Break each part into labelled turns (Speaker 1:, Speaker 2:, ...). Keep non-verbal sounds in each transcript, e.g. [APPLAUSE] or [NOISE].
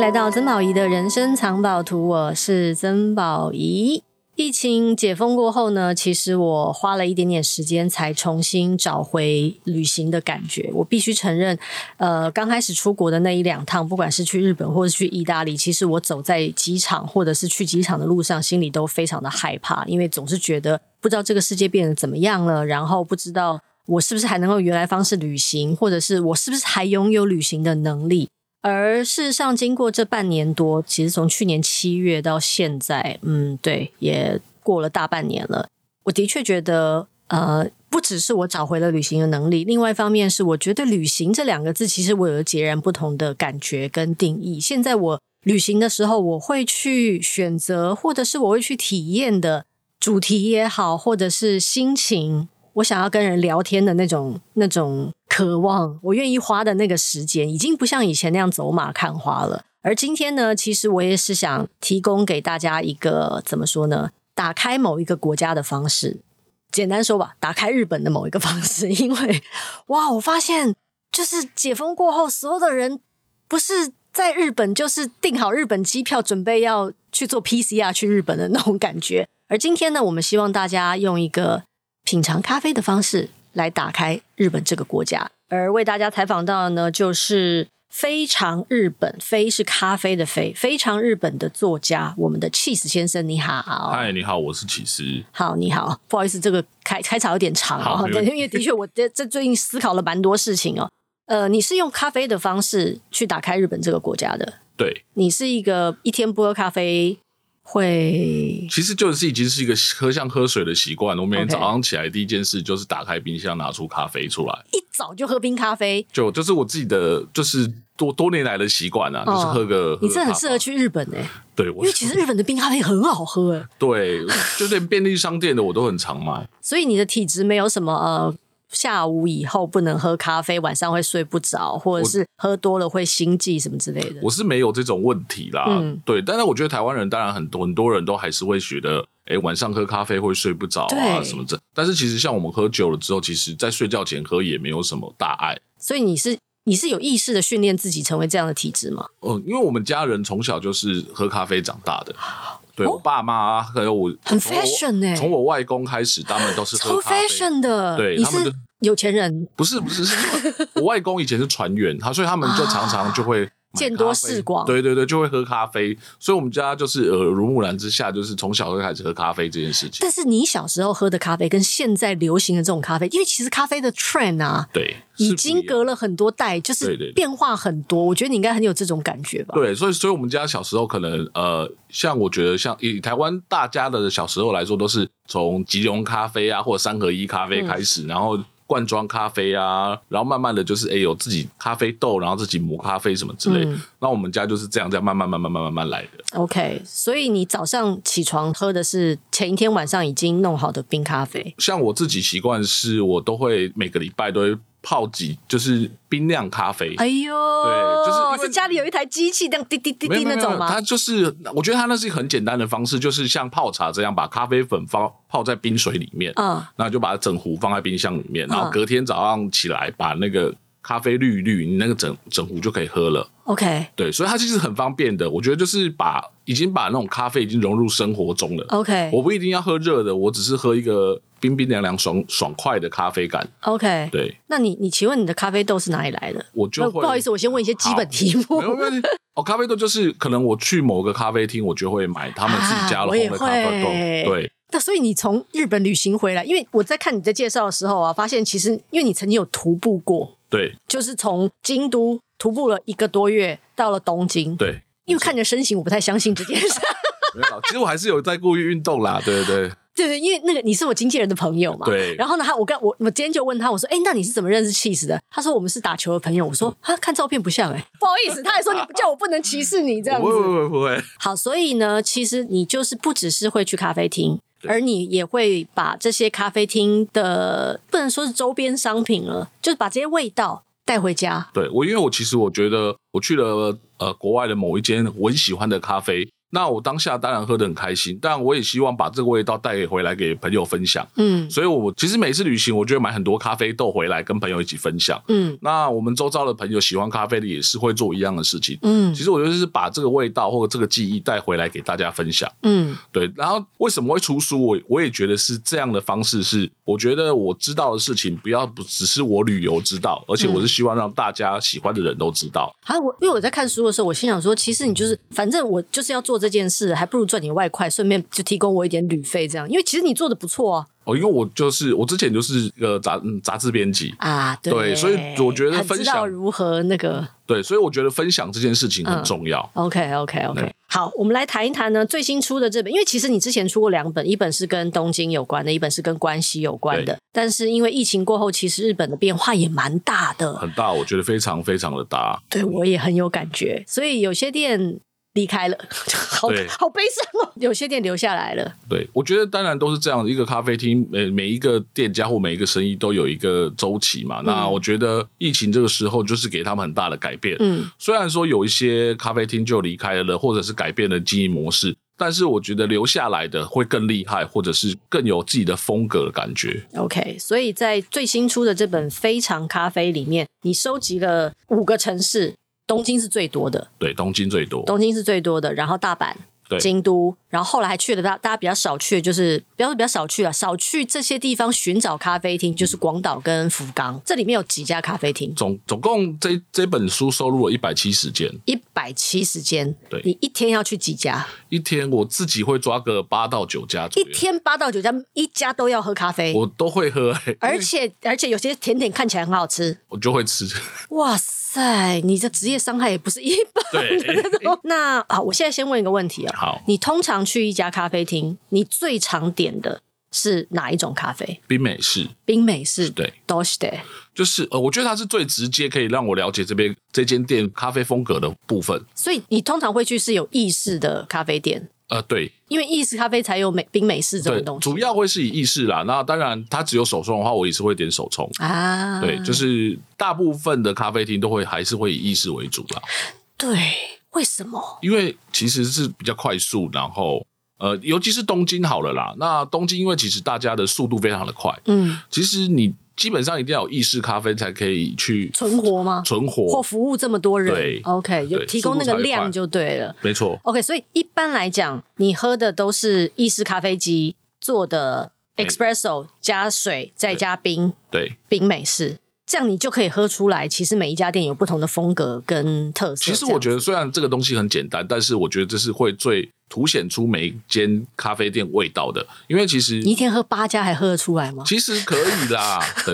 Speaker 1: 来到曾宝仪的人生藏宝图，我是曾宝仪。疫情解封过后呢，其实我花了一点点时间才重新找回旅行的感觉。我必须承认，呃，刚开始出国的那一两趟，不管是去日本或者去意大利，其实我走在机场或者是去机场的路上，心里都非常的害怕，因为总是觉得不知道这个世界变得怎么样了，然后不知道我是不是还能够原来方式旅行，或者是我是不是还拥有旅行的能力。而事实上，经过这半年多，其实从去年七月到现在，嗯，对，也过了大半年了。我的确觉得，呃，不只是我找回了旅行的能力，另外一方面是，我觉得“旅行”这两个字，其实我有了截然不同的感觉跟定义。现在我旅行的时候，我会去选择，或者是我会去体验的主题也好，或者是心情，我想要跟人聊天的那种那种渴望，我愿意花的那个时间，已经不像以前那样走马看花了。而今天呢，其实我也是想提供给大家一个怎么说呢，打开某一个国家的方式。简单说吧，打开日本的某一个方式， [LAUGHS] 因为哇，我发现就是解封过后，所有的人不是在日本，就是订好日本机票，准备要去做 PCR 去日本的那种感觉。而今天呢，我们希望大家用一个品尝咖啡的方式来打开日本这个国家。而为大家采访到的呢，就是非常日本，非是咖啡的非，非常日本的作家，我们的 Cheese 先生，你好。
Speaker 2: 嗨，你好，我是启师。
Speaker 1: 好，你好，不好意思，这个开开场有点长
Speaker 2: 好
Speaker 1: 哦，
Speaker 2: 没
Speaker 1: 对，
Speaker 2: 问题
Speaker 1: 因为的确我这这最近思考了蛮多事情哦。呃，你是用咖啡的方式去打开日本这个国家的，
Speaker 2: 对，
Speaker 1: 你是一个一天不喝咖啡会
Speaker 2: 其实就是已经是一个喝像喝水的习惯了。我每天
Speaker 1: OK
Speaker 2: 早上起来第一件事就是打开冰箱，拿出咖啡出来，
Speaker 1: 一早就喝冰咖啡，
Speaker 2: 就就是我自己的，就是多多年来的习惯啊，
Speaker 1: 哦
Speaker 2: 就是喝个。
Speaker 1: 你
Speaker 2: 喝个
Speaker 1: 真的很
Speaker 2: 咖啡
Speaker 1: 适合。去日本哎、
Speaker 2: 对，我
Speaker 1: 因为其实日本的冰咖啡很好喝哎、
Speaker 2: 对，就连便利商店的我都很常买。
Speaker 1: 所以你的体质没有什么呃。下午以后不能喝咖啡，晚上会睡不着，或者
Speaker 2: 我
Speaker 1: 是喝多了会心悸什么之类的。
Speaker 2: 我是没有这种问题啦。
Speaker 1: 嗯
Speaker 2: 对，但是我觉得台湾人当然很多很多人都还是会觉得，哎、晚上喝咖啡会睡不着啊
Speaker 1: 对
Speaker 2: 什么的。但是其实像我们喝酒了之后，其实在睡觉前喝也没有什么大碍。
Speaker 1: 所以你是你是有意识的训练自己成为这样的体质吗？
Speaker 2: 嗯，因为我们家人从小就是喝咖啡长大的，对、
Speaker 1: 哦
Speaker 2: 我爸妈还有我，
Speaker 1: 很
Speaker 2: 从我
Speaker 1: fashion 欸
Speaker 2: 从我外公开始，他们都是
Speaker 1: 超
Speaker 2: 喝咖啡。
Speaker 1: fashion 的，
Speaker 2: 对
Speaker 1: 你
Speaker 2: 他们
Speaker 1: 是
Speaker 2: 就
Speaker 1: 有钱人，
Speaker 2: 不是不是是，我外公以前是船员，他所以他们就常常就会买咖啡
Speaker 1: 见多识广
Speaker 2: 对对对，就会喝咖啡，所以我们家就是呃耳濡目染之下，就是从小就开始喝咖啡这件事情。
Speaker 1: 但是你小时候喝的咖啡跟现在流行的这种咖啡，因为其实咖啡的 trend 啊，
Speaker 2: 对，
Speaker 1: 已
Speaker 2: 是不
Speaker 1: 经
Speaker 2: 一样
Speaker 1: 隔了很多代，就
Speaker 2: 对
Speaker 1: 是
Speaker 2: 对对
Speaker 1: 变化很多。我觉得你应该很有这种感觉吧？
Speaker 2: 对，所以所以我们家小时候可能呃，像我觉得像以台湾大家的小时候来说，都是从吉隆咖啡啊，或者三合一咖
Speaker 1: 嗯
Speaker 2: 啡开始，然后罐装咖啡啊，然后慢慢的就是哎、有自己咖啡豆，然后自己磨咖啡什么之类的。
Speaker 1: 嗯
Speaker 2: 那我们家就是这样，这样慢慢慢慢慢慢慢慢来的。
Speaker 1: ，OK，所以你早上起床喝的是前一天晚上已经弄好的冰咖啡，
Speaker 2: 像我自己习惯是，我都会每个礼拜都会泡几就是冰酿咖啡。
Speaker 1: 哎呦，
Speaker 2: 对就是因为
Speaker 1: 是家里有一台机器，这样滴滴滴
Speaker 2: 没
Speaker 1: 滴
Speaker 2: 有
Speaker 1: 那
Speaker 2: 没有没
Speaker 1: 种
Speaker 2: 有
Speaker 1: 吗
Speaker 2: 它？就是，我觉得它那是一个很简单的方式，就是像泡茶这样，把咖啡粉放泡在冰水里面，
Speaker 1: 嗯，
Speaker 2: 那就把它整壶放在冰箱里面，然后
Speaker 1: 嗯
Speaker 2: 隔天早上起来把那个咖啡滤一滤，你那个整整壶就可以喝了。
Speaker 1: OK
Speaker 2: 对，所以它其实很方便的。我觉得就是把已经把那种咖啡已经融入生活中了。
Speaker 1: OK
Speaker 2: 我不一定要喝热的，我只是喝一个冰冰凉凉、爽爽快的咖啡感。
Speaker 1: OK，
Speaker 2: 对，
Speaker 1: 那你你请问你的咖啡豆是哪里来的？
Speaker 2: 我就
Speaker 1: 那
Speaker 2: 会
Speaker 1: 呃不好意思，我先问一些基本题目
Speaker 2: 没。有问题。哦，咖啡豆就是可能我去某个咖啡厅，我就会买他们自己
Speaker 1: 啊
Speaker 2: 家的
Speaker 1: 我也
Speaker 2: 烘的咖啡豆。
Speaker 1: 会
Speaker 2: 对，
Speaker 1: 那所以你从日本旅行回来，因为我在看你在介绍的时候啊，发现其实因为你曾经有徒步过，
Speaker 2: 对，
Speaker 1: 就是从京都徒步了一个多月到了东京。，
Speaker 2: 对。
Speaker 1: 因为看你的身形，我不太相信这件 [LAUGHS] 事。
Speaker 2: 没有啦，其实我还是有在故意运动啦。对对对，
Speaker 1: 对对，因为那个你是我经纪人的朋友嘛。
Speaker 2: 对
Speaker 1: 然后呢，他我刚我我今天就问他，我说：“哎，那你是怎么认识 Cheese 的？”他说：“我们是打球的朋友。”我说：“啊，看照片不像哎、不好意思。”他还说：“你叫我不能歧视你这样子。”
Speaker 2: 不会不会不会。
Speaker 1: 好，所以呢，其实你就是不只是会去咖啡厅，
Speaker 2: 对
Speaker 1: 而你也会把这些咖啡厅的不能说是周边商品了，就是把这些味道带回家。
Speaker 2: 对我，因为我其实我觉得我去了呃国外的某一间我很喜欢的咖啡，那我当下当然喝得很开心，但我也希望把这个味道带回来给朋友分享。
Speaker 1: 嗯
Speaker 2: 所以我其实每次旅行，我就会买很多咖啡豆回来跟朋友一起分享。
Speaker 1: 嗯
Speaker 2: 那我们周遭的朋友喜欢咖啡的也是会做一样的事情。
Speaker 1: 嗯
Speaker 2: 其实我就是把这个味道或者这个记忆带回来给大家分享。
Speaker 1: 嗯
Speaker 2: 对，然后为什么会出书？我我也觉得是这样的方式是，我觉得我知道的事情不要不只是我旅游知道，而且我是希望让大家喜欢的人都知道。
Speaker 1: 啊，我因为我在看书的时候，我心想说，其实你就是，反正我就是要做这件事，还不如赚点外快，顺便就提供我一点旅费这样。因为其实你做的不错啊，
Speaker 2: 哦，因为我就是我之前就是一个杂嗯杂志编辑，
Speaker 1: 啊，对，
Speaker 2: 对所以我觉得
Speaker 1: 很
Speaker 2: 分
Speaker 1: 知道
Speaker 2: 享
Speaker 1: 如何那个
Speaker 2: 对，所以我觉得分享这件事情很重要。
Speaker 1: OK OK OK，
Speaker 2: 对
Speaker 1: 好，我们来谈一谈呢最新出的这本，因为其实你之前出过两本，一本是跟东京有关的，一本是跟关西有关的。但是因为疫情过后，其实日本的变化也蛮大的，
Speaker 2: 很大，我觉得非常非常的大。
Speaker 1: 对我也很有感觉，所以有些店离开了， [LAUGHS] 好
Speaker 2: 对
Speaker 1: 好悲伤哦。有些店留下来了，
Speaker 2: 对，我觉得当然都是这样的一个咖啡厅，每每一个店家或每一个生意都有一个周期嘛。那我觉得疫情这个时候就是给他们很大的改变。
Speaker 1: 嗯
Speaker 2: 虽然说有一些咖啡厅就离开了，或者是改变了经营模式，但是我觉得留下来的会更厉害，或者是更有自己的风格的感觉。
Speaker 1: ，OK，所以在最新出的这本《非常咖啡》里面，你收集了五个城市，东京是最多的，
Speaker 2: 对，东京最多，
Speaker 1: 东京是最多的，然后大阪、
Speaker 2: 对
Speaker 1: 京都，然后后来还去了大大家比较少去，的就是不要说比较少去了，少去这些地方寻找咖啡厅，就是广岛跟福冈，这里面有几家咖啡厅，
Speaker 2: 总总共这这本书收录了一百七十件，
Speaker 1: 一百七十间，
Speaker 2: 对
Speaker 1: 你一天要去几家？
Speaker 2: 一天我自己会抓个八到九家左
Speaker 1: 一
Speaker 2: 右，
Speaker 1: 天八到九家，一家都要喝咖啡，
Speaker 2: 我都会喝、欸，
Speaker 1: 而且而且有些甜点看起来很好吃，
Speaker 2: 我就会吃。 [LAUGHS]
Speaker 1: 哇塞，你的职业伤害也不是一般 [LAUGHS]
Speaker 2: 对
Speaker 1: 的那种。那啊，我现在先问一个问题啊，
Speaker 2: 好，
Speaker 1: 你通常去一家咖啡厅，你最常点的是哪一种咖啡？
Speaker 2: 冰美式，
Speaker 1: 冰美式
Speaker 2: 对，
Speaker 1: 都是的。
Speaker 2: 就是呃，我觉得它是最直接可以让我了解这边这间店咖啡风格的部分。
Speaker 1: 所以你通常会去是有意式的咖啡店，
Speaker 2: 呃，对
Speaker 1: 因为意式咖啡才有美冰美式这
Speaker 2: 对
Speaker 1: 种东，西。
Speaker 2: 主要会是以意式啦。那当然，它只有手冲的话，我也是会点手冲。
Speaker 1: 啊，
Speaker 2: 对，就是大部分的咖啡厅都会还是会以意式为主啦，
Speaker 1: 对，为什么？
Speaker 2: 因为其实是比较快速，然后呃，尤其是东京好了啦。那东京因为其实大家的速度非常的快，
Speaker 1: 嗯，
Speaker 2: 其实你基本上一定要有意式咖啡才可以去
Speaker 1: 存活吗？
Speaker 2: 存
Speaker 1: 或
Speaker 2: 活，
Speaker 1: 服务这么多人
Speaker 2: 对
Speaker 1: ，OK，就
Speaker 2: 对
Speaker 1: 提供那
Speaker 2: 速
Speaker 1: 个
Speaker 2: 度才会
Speaker 1: 量
Speaker 2: 快
Speaker 1: 就对了。
Speaker 2: 没错，
Speaker 1: OK，所以一般来讲，你喝的都是意式咖啡机做的
Speaker 2: 哎
Speaker 1: espresso 加水再加冰
Speaker 2: 对。
Speaker 1: 冰美式，这样你就可以喝出来，其实每一家店有不同的风格跟特色。
Speaker 2: 其实我觉
Speaker 1: 得，
Speaker 2: 得，虽然这个东西很简单，但是我觉得这是会最凸显出每一间咖啡店味道的，因为其实
Speaker 1: 你一天喝八家还喝得出来吗？ [LAUGHS]
Speaker 2: 其实可以啦，对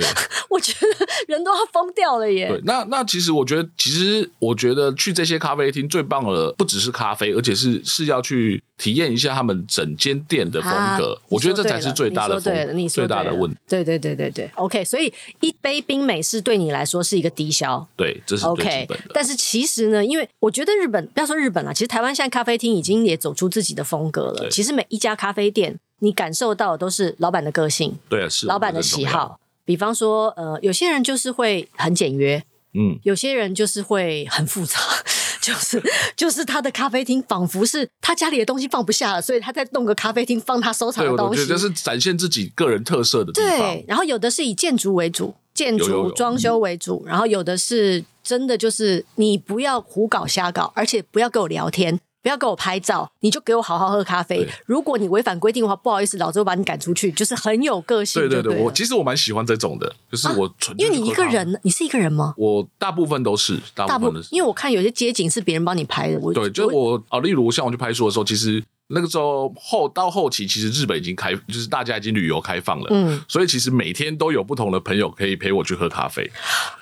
Speaker 1: 我觉得人都要疯掉了耶！
Speaker 2: 对。那那其实我觉得，其实我觉得去这些咖啡厅最棒的不只是咖啡，而且是是要去体验一下他们整间店的风格。
Speaker 1: 啊
Speaker 2: 我觉得这才是最大的
Speaker 1: 你说
Speaker 2: 风
Speaker 1: 对了，你说对
Speaker 2: 最
Speaker 1: 了
Speaker 2: 大的问。
Speaker 1: 对对对对对，OK，所以一杯冰美式对你来说是一个低消。
Speaker 2: 对，这是最基
Speaker 1: OK，
Speaker 2: 本的。
Speaker 1: 但是其实呢，因为我觉得日本不要说日本啦，其实台湾现在咖啡厅已经也走出自己的风格了。
Speaker 2: 对
Speaker 1: 其实每一家咖啡店，你感受到的都是老板的个性、
Speaker 2: 对，啊是
Speaker 1: 老板的喜。好。比方说，呃，有些人就是会很简约，
Speaker 2: 嗯，
Speaker 1: 有些人就是会很复杂， [LAUGHS] 就是就是他的咖啡厅仿佛是他家里的东西放不下了，所以他在弄个咖啡厅放他收藏
Speaker 2: 对，
Speaker 1: 的
Speaker 2: 我
Speaker 1: 东
Speaker 2: 觉
Speaker 1: 西。
Speaker 2: 得这是展现自己个人特色的地方
Speaker 1: 对。，然后有的是以建筑为主，建
Speaker 2: 有有
Speaker 1: 筑
Speaker 2: 有
Speaker 1: 装修为主，然后有的是真的就是你不要胡搞瞎搞，而且不要跟我聊天。不要给我拍照，你就给我好好喝咖啡
Speaker 2: 对。
Speaker 1: 如果你违反规定的话，不好意思，老子会把你赶出去。就是很有个性
Speaker 2: 对
Speaker 1: 就
Speaker 2: 对
Speaker 1: 对
Speaker 2: 对，
Speaker 1: 了啊
Speaker 2: 我其实我蛮喜欢这种的，就是我纯粹
Speaker 1: 因为你
Speaker 2: 去
Speaker 1: 一
Speaker 2: 喝
Speaker 1: 个
Speaker 2: 咖啡
Speaker 1: 人，你是一个人吗？
Speaker 2: 我大部分都是，大
Speaker 1: 大
Speaker 2: 部
Speaker 1: 部
Speaker 2: 分都是。
Speaker 1: 因为我看有些街景是别人帮你拍的，我
Speaker 2: 对，就是我啊，例如像我去拍书的时候，其实那个时候后到后期，其实日本已经开，就是大家已经旅游开放了，
Speaker 1: 嗯
Speaker 2: 所以其实每天都有不同的朋友可以陪我去喝
Speaker 1: [LAUGHS]
Speaker 2: 咖啡。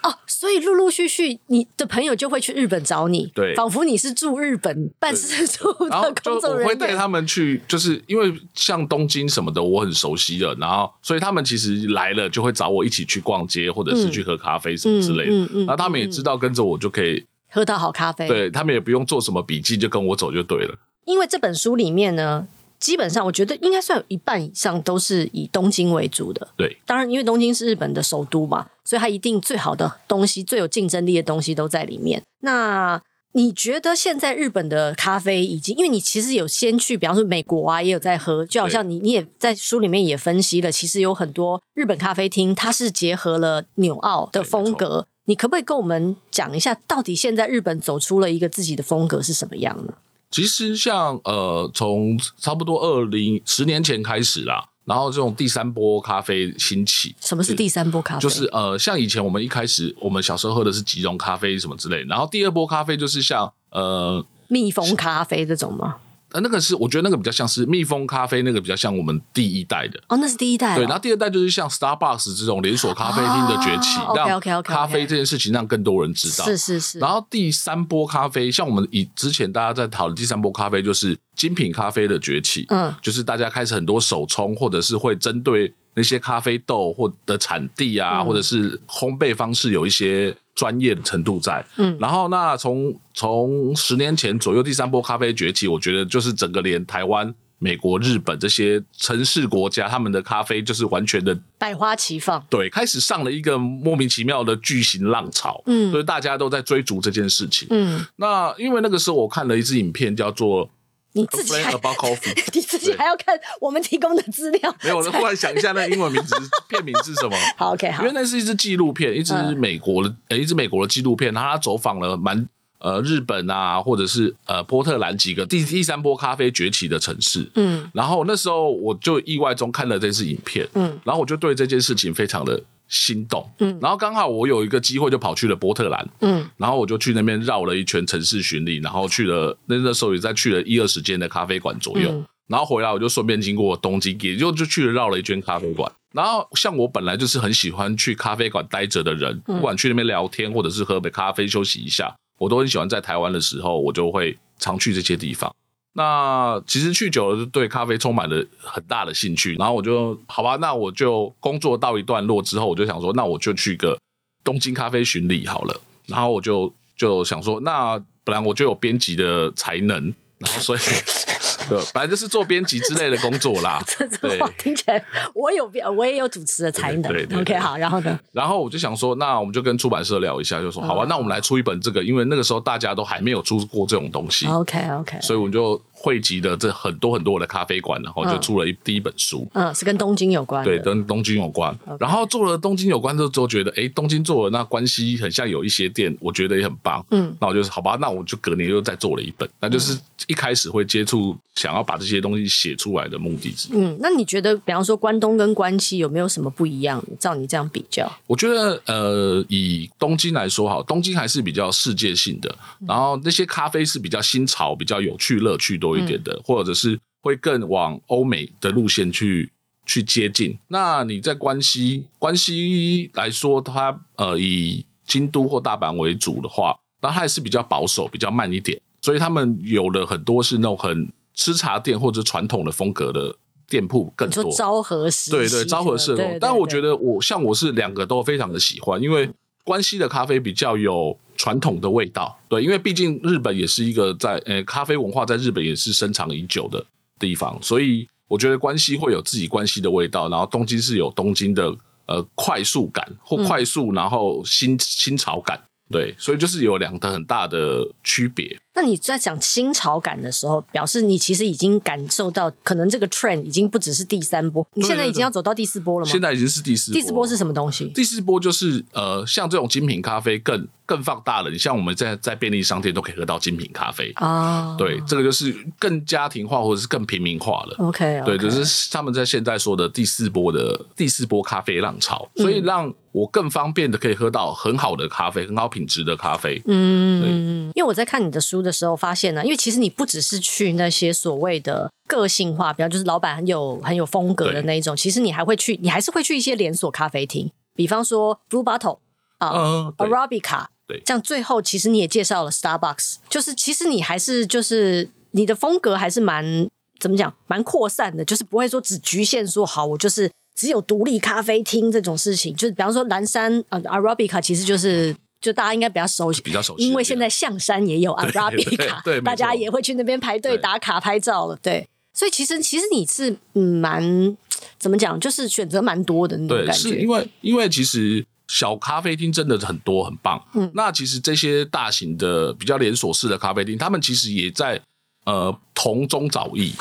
Speaker 1: 哦，所以陆陆续续你的朋友就会去日本找你，
Speaker 2: 对
Speaker 1: 仿佛你是住日本办事处
Speaker 2: 然后
Speaker 1: 的
Speaker 2: 就
Speaker 1: 工作
Speaker 2: 我
Speaker 1: 人
Speaker 2: 会
Speaker 1: 员。
Speaker 2: 带他们去，就是因为像东京什么的，我很熟悉了，然后所以他们其实来了就会找我一起去逛街，或者是去喝咖啡什么之类的。
Speaker 1: 嗯嗯嗯
Speaker 2: 然后他们也知道跟着我就可以，
Speaker 1: 喝到好咖啡，
Speaker 2: 对他们也不用做什么笔记，就跟我走就对了。
Speaker 1: 因为这本书里面呢，基本上我觉得应该算有一半以上都是以东京为主的。
Speaker 2: 对，
Speaker 1: 当然，因为东京是日本的首都嘛，所以它一定最好的东西、最有竞争力的东西都在里面。那你觉得现在日本的咖啡已经，因为你其实有先去，比方说美国啊，也有在喝，就好像你你也在书里面也分析了，其实有很多日本咖啡厅，它是结合了纽澳的风格。你可不可以跟我们讲一下，到底现在日本走出了一个自己的风格是什么样呢？
Speaker 2: 其实像呃，从差不多二零十年前开始啦，然后这种第三波咖啡兴起，
Speaker 1: 什么是第三波咖啡？
Speaker 2: 就是呃，像以前我们一开始我们小时候喝的是即溶咖啡什么之类，然后第二波咖啡就是像呃。
Speaker 1: 蜜蜂咖啡这种吗？
Speaker 2: 呃，那个是我觉得那个比较像是蜜蜂咖啡，那个比较像我们第一代的，
Speaker 1: 哦，那是第一代、哦。
Speaker 2: 对，然后第二代就是像 Starbucks 这种连锁咖啡厅的崛起，
Speaker 1: 哦
Speaker 2: 让
Speaker 1: OK，OK，OK，OK
Speaker 2: 咖啡这件事情让更多人知道。
Speaker 1: 是是是。
Speaker 2: 然后第三波咖啡，像我们以之前大家在讨论第三波咖啡，就是精品咖啡的崛起，
Speaker 1: 嗯
Speaker 2: 就是大家开始很多手冲，或者是会针对那些咖啡豆或的产地
Speaker 1: 嗯
Speaker 2: 啊，或者是烘焙方式有一些专业的程度在。
Speaker 1: 嗯
Speaker 2: 然后那从从十年前左右第三波咖啡崛起，我觉得就是整个连台湾、美国、日本这些城市国家，他们的咖啡就是完全的
Speaker 1: 百花齐放。
Speaker 2: 对，开始上了一个莫名其妙的巨型浪潮。
Speaker 1: 嗯
Speaker 2: 所以大家都在追逐这件事情。
Speaker 1: 嗯，
Speaker 2: 那因为那个时候我看了一支影片，叫做
Speaker 1: 你
Speaker 2: 《
Speaker 1: 自己
Speaker 2: Complain
Speaker 1: 还
Speaker 2: About Coffee》。
Speaker 1: [LAUGHS] 你自己还要看我们提供的资料。
Speaker 2: 没
Speaker 1: [LAUGHS]
Speaker 2: 有，我忽然想一下，那英文名字片名是什么？
Speaker 1: 好，OK，
Speaker 2: 因
Speaker 1: 好
Speaker 2: 为，那是一支纪录片，一支
Speaker 1: 嗯
Speaker 2: 美国的，呃，一支美国的纪录片，然后他走访了蛮呃日本啊，或者是呃波特兰几个第第三波咖啡崛起的城市。
Speaker 1: 嗯
Speaker 2: 然后那时候我就意外中看了这支影片，
Speaker 1: 嗯，
Speaker 2: 然后我就对这件事情非常的心动，
Speaker 1: 嗯
Speaker 2: 然后刚好我有一个机会就跑去了波特兰，
Speaker 1: 嗯
Speaker 2: 然后我就去那边绕了一圈城市巡礼，然后去了那那时候也在去了一二十间的咖啡馆左右，
Speaker 1: 嗯
Speaker 2: 然后回来我就顺便经过东京，也就就去了绕了一圈咖啡馆。然后像我本来就是很喜欢去咖啡馆待着的人，
Speaker 1: 嗯
Speaker 2: 不管去那边聊天或者是喝杯咖啡休息一下，我都很喜欢在台湾的时候，我就会常去这些地方。那其实去久了就对咖啡充满了很大的兴趣，然后我就好吧，那我就工作到一段落之后，我就想说，那我就去个东京咖啡巡礼好了。然后我就就想说，那本来我就有编辑的才能，然后所以 [LAUGHS] 对，本来就是做编辑之类的工作啦。
Speaker 1: [LAUGHS] 这这
Speaker 2: 对
Speaker 1: 话听起来，我有我也有主持的才能
Speaker 2: 对对。对
Speaker 1: OK，好，然后呢？
Speaker 2: 然后我就想说，那我们就跟出版社聊一下，就说好吧，那我们来出一本这个，因为那个时候大家都还没有出过这种东西。
Speaker 1: OK OK，
Speaker 2: 所以我们就汇集了这很多很多的咖啡馆，然后就
Speaker 1: 嗯
Speaker 2: 出了一、第一本书。
Speaker 1: 嗯，是跟东京有关的。
Speaker 2: 对，跟东京有关。然后做了东京有关之后，就觉得哎，诶东京做了那关系很像有一些店，我觉得也很棒。
Speaker 1: 嗯，
Speaker 2: 那我就是好吧，那我就隔年又再做了一本，那就是一开始会接触想要把这些东西写出来的目的之一。
Speaker 1: 嗯，那你觉得，比方说关东跟关西有没有什么不一样？照你这样比较，
Speaker 2: 我觉得呃，以东京来说好，东京还是比较世界性的，然后那些咖啡是比较新潮、比较有趣、乐趣多一点的，
Speaker 1: 嗯
Speaker 2: 或者是会更往欧美的路线去去接近。那你在关西关西来说，它呃以京都或大阪为主的话，那它还是比较保守、比较慢一点，所以他们有的很多是那种很吃茶店或者传统的风格的店铺更
Speaker 1: 你
Speaker 2: 多
Speaker 1: 说。昭和时期
Speaker 2: 对对，昭和社
Speaker 1: 对
Speaker 2: 工
Speaker 1: 对。
Speaker 2: 但我觉
Speaker 1: 对
Speaker 2: 得我像我是两个都非常的喜欢，因为关西的咖啡比较有传统的味道。对，因为毕竟日本也是一个在呃咖啡文化在日本也是深藏已久的地方，所以我觉得关西会有自己关西的味道，然后东京是有东京的呃快速感或
Speaker 1: 嗯
Speaker 2: 快速，然后新新潮感。对，所以就是有两个很大的区别。
Speaker 1: 那你在讲新潮感的时候，表示你其实已经感受到，可能这个 trend 已经不只是第三波，你
Speaker 2: 对
Speaker 1: 现在已
Speaker 2: 对
Speaker 1: 经要走到第四波了吗？
Speaker 2: 现在已经是第四
Speaker 1: 第四波是什么东西？
Speaker 2: 第四波就是呃，像这种精品咖啡更更放大了。你像我们在在便利商店都可以喝到精品咖啡，
Speaker 1: 啊，
Speaker 2: 对，这个就是更家庭化或者是更平民化了。
Speaker 1: ，OK，
Speaker 2: 对，就是他们在现在说的第四波的第四波咖啡浪潮，
Speaker 1: 嗯
Speaker 2: 所以让我更方便的可以喝到很好的咖啡，很好品质的咖啡。
Speaker 1: 嗯，因为我在看你的书的时候发现呢、因为其实你不只是去那些所谓的个性化，比方就是老板很有很有风格的
Speaker 2: 对
Speaker 1: 那一种，其实你还会去，你还是会去一些连锁咖啡厅，比方说 Blue Bottle 啊、
Speaker 2: 嗯，对
Speaker 1: Arabica，
Speaker 2: 对
Speaker 1: 像最后其实你也介绍了 Starbucks，就是其实你还是就是你的风格还是蛮怎么讲，蛮扩散的，就是不会说只局限说好我就是只有独立咖啡厅这种事情，就是比方说蓝山呃 Arabica 其实就是。就大家应该比较熟悉，
Speaker 2: 比较熟悉
Speaker 1: 因为现在象山也有 Arabica，
Speaker 2: 对没错
Speaker 1: 大家也会去那边排队
Speaker 2: 对
Speaker 1: 打卡拍照了，对。所以其实其实你是嗯蛮怎么讲，就是选择蛮多的那种
Speaker 2: 对，
Speaker 1: 感
Speaker 2: 是因
Speaker 1: 觉，
Speaker 2: 为因为其实小咖啡厅真的很多，很棒。
Speaker 1: 嗯
Speaker 2: 那其实这些大型的比较连锁式的咖啡厅，他们其实也在呃从中找益，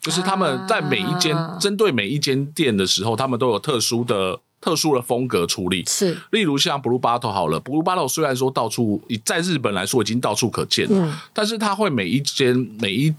Speaker 2: 就是他们在每一间、
Speaker 1: 啊
Speaker 2: 针对每一间店的时候，他们都有特殊的特殊的风格处理。
Speaker 1: 是，
Speaker 2: 例如像 Blue Bottle 好了，Blue Bottle 虽然说到处在日本来说已经到处可见了，
Speaker 1: 嗯
Speaker 2: 但是它会每一间每一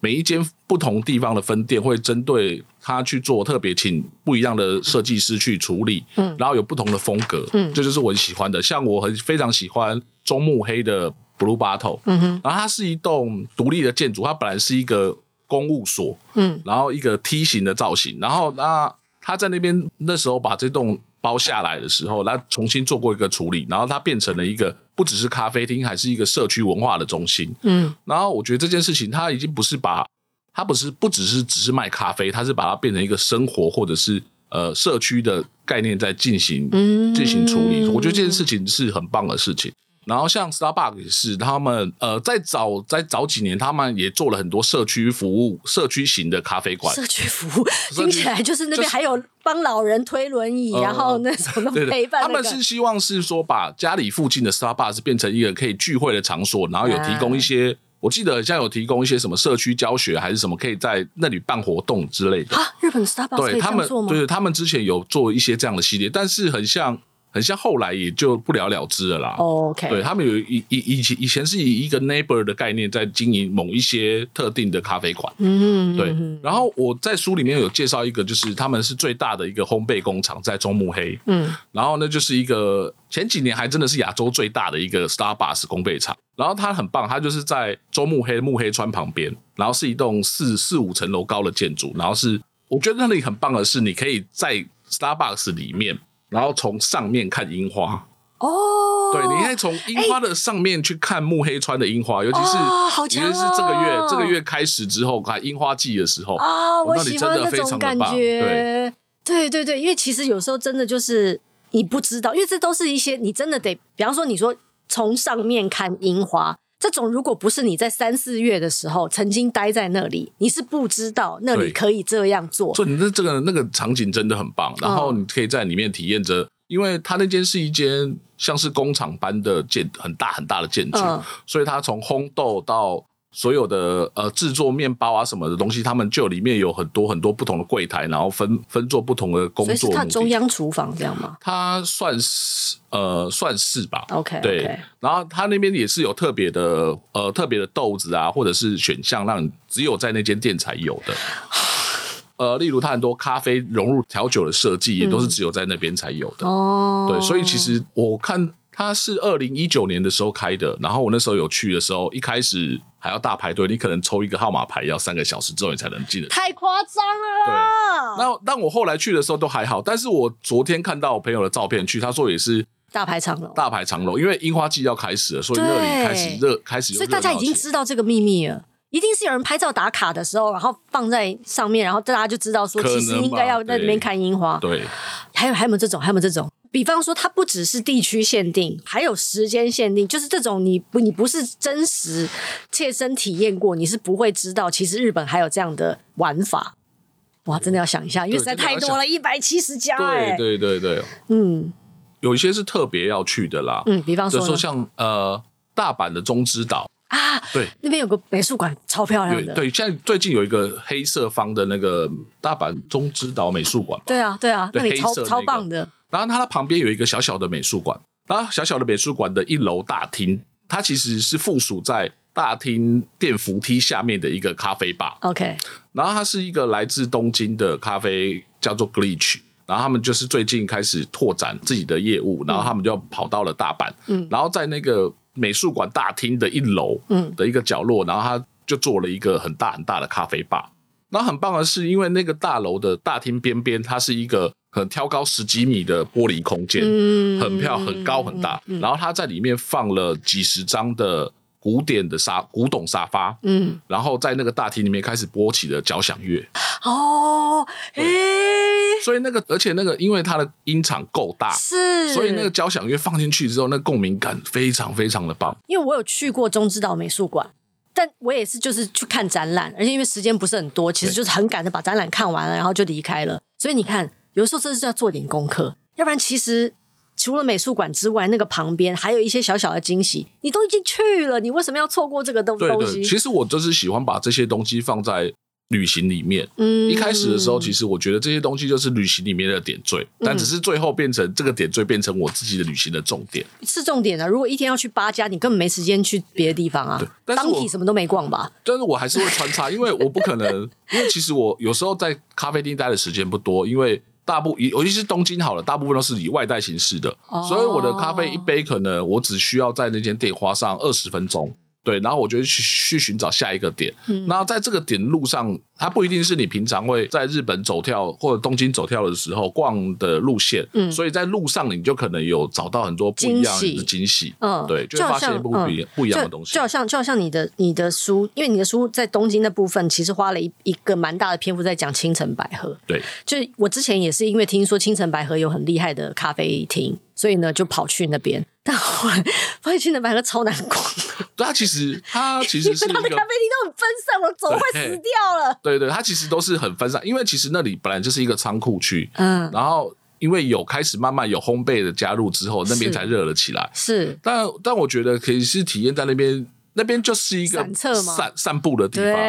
Speaker 2: 每一间不同地方的分店会针对它去做特别请不一样的设计师去处理，
Speaker 1: 嗯
Speaker 2: 然后有不同的风格，
Speaker 1: 嗯
Speaker 2: 这就是我很喜欢的。像我很非常喜欢中目黑的 Blue Bottle，
Speaker 1: 嗯哼，
Speaker 2: 然后它是一栋独立的建筑，它本来是一个公务所，
Speaker 1: 嗯
Speaker 2: 然后一个梯形的造型，然后那他在那边那时候把这栋包下来的时候，他重新做过一个处理，然后它变成了一个不只是咖啡厅，还是一个社区文化的中心。
Speaker 1: 嗯
Speaker 2: 然后我觉得这件事情，他已经不是把他不是不只是只是卖咖啡，他是把它变成一个生活或者是呃社区的概念在进行
Speaker 1: 嗯，
Speaker 2: 进行处理。我觉得这件事情是很棒的事情。然后像 Starbucks 也是，他们呃在早在早几年，他们也做了很多社区服务、社区型的咖啡馆。
Speaker 1: 社区服务
Speaker 2: [LAUGHS] 社
Speaker 1: 听
Speaker 2: 区
Speaker 1: 起来就是那
Speaker 2: 就
Speaker 1: 边
Speaker 2: 是
Speaker 1: 还有帮老人推轮椅，
Speaker 2: 呃
Speaker 1: 然后那种的
Speaker 2: [LAUGHS] 对
Speaker 1: 陪
Speaker 2: 对，
Speaker 1: 伴
Speaker 2: 他
Speaker 1: 的
Speaker 2: 们
Speaker 1: 感
Speaker 2: 是希望是说把家里附近的 Starbucks 变成一个可以聚会的场所，然后有提
Speaker 1: 啊
Speaker 2: 供一些，我记得好像有提供一些什么社区教学还是什么，可以在那里办活动之类的。
Speaker 1: 啊，日本的 Starbucks 可
Speaker 2: 对
Speaker 1: 以这
Speaker 2: 他
Speaker 1: 样
Speaker 2: 们
Speaker 1: 做，吗？
Speaker 2: 对他们之前有做一些这样的系列，但是很像很像后来也就不了了之了啦。
Speaker 1: 哦，OK，
Speaker 2: 对他们有以以以前以前是以一个 neighbor 的概念在经营某一些特定的咖啡馆，
Speaker 1: 嗯，
Speaker 2: 对
Speaker 1: 嗯。
Speaker 2: 然后我在书里面有介绍一个，就是他们是最大的一个烘焙工厂在中目黑，
Speaker 1: 嗯
Speaker 2: 然后呢就是一个前几年还真的是亚洲最大的一个 Starbucks 烘焙厂。然后它很棒，它就是在中目黑目黑川旁边，然后是一栋四四五层楼高的建筑，然后是我觉得那里很棒的是，你可以在 Starbucks 里面，然后从上面看樱花。
Speaker 1: 哦，
Speaker 2: 对，你可以从樱花的上面去看木黑川的樱花，尤其是、
Speaker 1: 哦好
Speaker 2: 尤其
Speaker 1: 强
Speaker 2: 是这个月
Speaker 1: 哦
Speaker 2: 这个月开始之后，看樱花季的时候，
Speaker 1: 啊，
Speaker 2: 哦
Speaker 1: 我
Speaker 2: 那你
Speaker 1: 喜
Speaker 2: 真
Speaker 1: 欢
Speaker 2: 的
Speaker 1: 那
Speaker 2: 非
Speaker 1: 种
Speaker 2: 常的
Speaker 1: 感
Speaker 2: 棒
Speaker 1: 觉。对对对，因为其实有时候真的就是你不知道，因为这都是一些你真的得，比方说你说从上面看樱花。这种如果不是你在三四月的时候曾经待在那里，你是不知道那里
Speaker 2: 对
Speaker 1: 可以这样做。
Speaker 2: 所以你的这个那个场景真的很棒，然后
Speaker 1: 嗯
Speaker 2: 你可以在里面体验着。因为它那间是一间像是工厂般的建，很大很大的建筑，
Speaker 1: 嗯
Speaker 2: 所以它从烘豆到所有的呃制作面包啊什么的东西，他们就里面有很多很多不同的柜台，然后分分做不同的工
Speaker 1: 所以是
Speaker 2: 作
Speaker 1: 它
Speaker 2: 目
Speaker 1: 中
Speaker 2: 的
Speaker 1: 央厨房这样吗
Speaker 2: 它算是呃算是吧，
Speaker 1: ？OK，
Speaker 2: 对，然后他那边也是有特别的呃特别的豆子啊，或者是选项，让你只有在那间店才有
Speaker 1: [SIGHS]
Speaker 2: 的。呃，例如它很多咖啡融入调酒的设计，也都是只有在那边才有的。
Speaker 1: 哦，
Speaker 2: 对，所以其实我看它是二零一九年的时候开的，然后我那时候有去的时候，一开始还要大排队，你可能抽一个号码牌要三个小时之后你才能进得去。
Speaker 1: 太夸张了啦。
Speaker 2: 那但我后来去的时候都还好，但是我昨天看到我朋友的照片去，他说也是
Speaker 1: 大排长龙，
Speaker 2: 大排长龙，因为樱花季要开始了，所以那里开始热，开始就
Speaker 1: 所以大家已经
Speaker 2: 热闹起来
Speaker 1: 知道这个秘密了。一定是有人拍照打卡的时候，然后放在上面，然后大家就知道说，
Speaker 2: 可能
Speaker 1: 其
Speaker 2: 吧
Speaker 1: 实应该要在那边看樱花。
Speaker 2: 对
Speaker 1: 还有还有没有这种？还有没有这种？比方说，它不只是地区限定，还有时间限定，就是这种你不你不是真实切身体验过，你是不会知道，其实日本还有这样的玩法。哇，真的要想一下，因为实在太多了，一百七十家哎、
Speaker 2: 对对对对，
Speaker 1: 嗯
Speaker 2: 有一些是特别要去的啦，
Speaker 1: 嗯，比方
Speaker 2: 就
Speaker 1: 说
Speaker 2: 是
Speaker 1: 呢
Speaker 2: 说像呃大阪的中之岛，
Speaker 1: 啊，
Speaker 2: 对
Speaker 1: 那边有个美术馆，超漂亮
Speaker 2: 有
Speaker 1: 的。
Speaker 2: 对，现在最近有一个黑色方的那个大阪中之岛美术馆嘛，
Speaker 1: 对啊，对啊，
Speaker 2: 对
Speaker 1: 那里
Speaker 2: 黑
Speaker 1: 超
Speaker 2: 色那
Speaker 1: 超
Speaker 2: 个
Speaker 1: 棒的。
Speaker 2: 然后它的旁边有一个小小的美术馆，然后小小的美术馆的一楼大厅，它其实是附属在大厅电扶梯下面的一个咖啡吧，
Speaker 1: OK，
Speaker 2: 然后它是一个来自东京的咖啡，叫做 Glitch。然后他们就是最近开始拓展自己的业务，然后他们就跑到了大阪，
Speaker 1: 嗯
Speaker 2: 然后在那个美术馆大厅的一楼，
Speaker 1: 嗯
Speaker 2: 的一个角落，然后他就做了一个很大很大的咖啡吧。然后很棒的是，因为那个大楼的大厅边边，它是一个很挑高十几米的玻璃空间，
Speaker 1: 嗯
Speaker 2: 很漂很高很大。然后它在里面放了几十张的古典的沙古董沙发，
Speaker 1: 嗯，
Speaker 2: 然后在那个大厅里面开始播起了交响乐，
Speaker 1: 哦，诶，
Speaker 2: 所以那个而且那个因为它的音场够大，
Speaker 1: 是，
Speaker 2: 所以那个交响乐放进去之后，那共鸣感非常非常的棒。
Speaker 1: 因为我有去过中之岛美术馆。但我也是，就是去看展览，而且因为时间不是很多，其实
Speaker 2: 对
Speaker 1: 就是很赶的把展览看完了，然后就离开了。所以你看，有时候真的是要做点功课，要不然其实除了美术馆之外，那个旁边还有一些小小的惊喜。你都已经去了，你为什么要错过这个东
Speaker 2: 对
Speaker 1: 东
Speaker 2: 对，
Speaker 1: 西？
Speaker 2: 其实我就是喜欢把这些东西放在旅行里面。
Speaker 1: 嗯
Speaker 2: 一开始的时候，其实我觉得这些东西就是旅行里面的点缀，但只是最后变成这个点缀变成我自己的旅行的重点。
Speaker 1: 是重点啊。如果一天要去八家，你根本没时间去别的地方啊
Speaker 2: 对。但是
Speaker 1: 当
Speaker 2: 我
Speaker 1: 体什么都没逛吧？
Speaker 2: 但是我还是会穿插，因为我不
Speaker 1: [LAUGHS]
Speaker 2: 可能，因为其实我有时候在咖啡厅待的时间不多，因为大部尤其是东京好了，大部分都是以外带形式的，
Speaker 1: 哦
Speaker 2: 所以我的咖啡一杯可能我只需要在那间店花上二十分钟。对，然后我就去去寻找下一个点。
Speaker 1: 嗯
Speaker 2: 那在这个点路上，它不一定是你平常会在日本走跳或者东京走跳的时候逛的路线，
Speaker 1: 嗯
Speaker 2: 所以在路上你就可能有找到很多不一样
Speaker 1: 惊喜
Speaker 2: 的惊喜，
Speaker 1: 嗯
Speaker 2: 对，就
Speaker 1: 就
Speaker 2: 会
Speaker 1: 好
Speaker 2: 发现
Speaker 1: 像
Speaker 2: 不不一样、不一样的
Speaker 1: 就
Speaker 2: 东西
Speaker 1: 就。好像就好像你的你的书，因为你的书在东京的部分，其实花了一一个蛮大的篇幅在讲青城白河。
Speaker 2: 对，
Speaker 1: 就是我之前也是因为听说青城白河有很厉害的咖啡厅，所以呢就跑去那边。但后来发现青城白河超难逛，
Speaker 2: 它
Speaker 1: [LAUGHS]
Speaker 2: 其实它其
Speaker 1: 因为
Speaker 2: 实是一
Speaker 1: 他的
Speaker 2: 个
Speaker 1: 咖啡厅都很分散，我走快死掉了。
Speaker 2: 对对，它其实都是很分散，因为其实那里本来就是一个仓库区，
Speaker 1: 嗯，
Speaker 2: 然后因为有开始慢慢有烘焙的加入之后，那边
Speaker 1: 是
Speaker 2: 才热了起来。
Speaker 1: 是
Speaker 2: 但但我觉得可以是体验在那边，那边就是一个
Speaker 1: 散策吗
Speaker 2: 散散步的地
Speaker 1: 对。
Speaker 2: 方。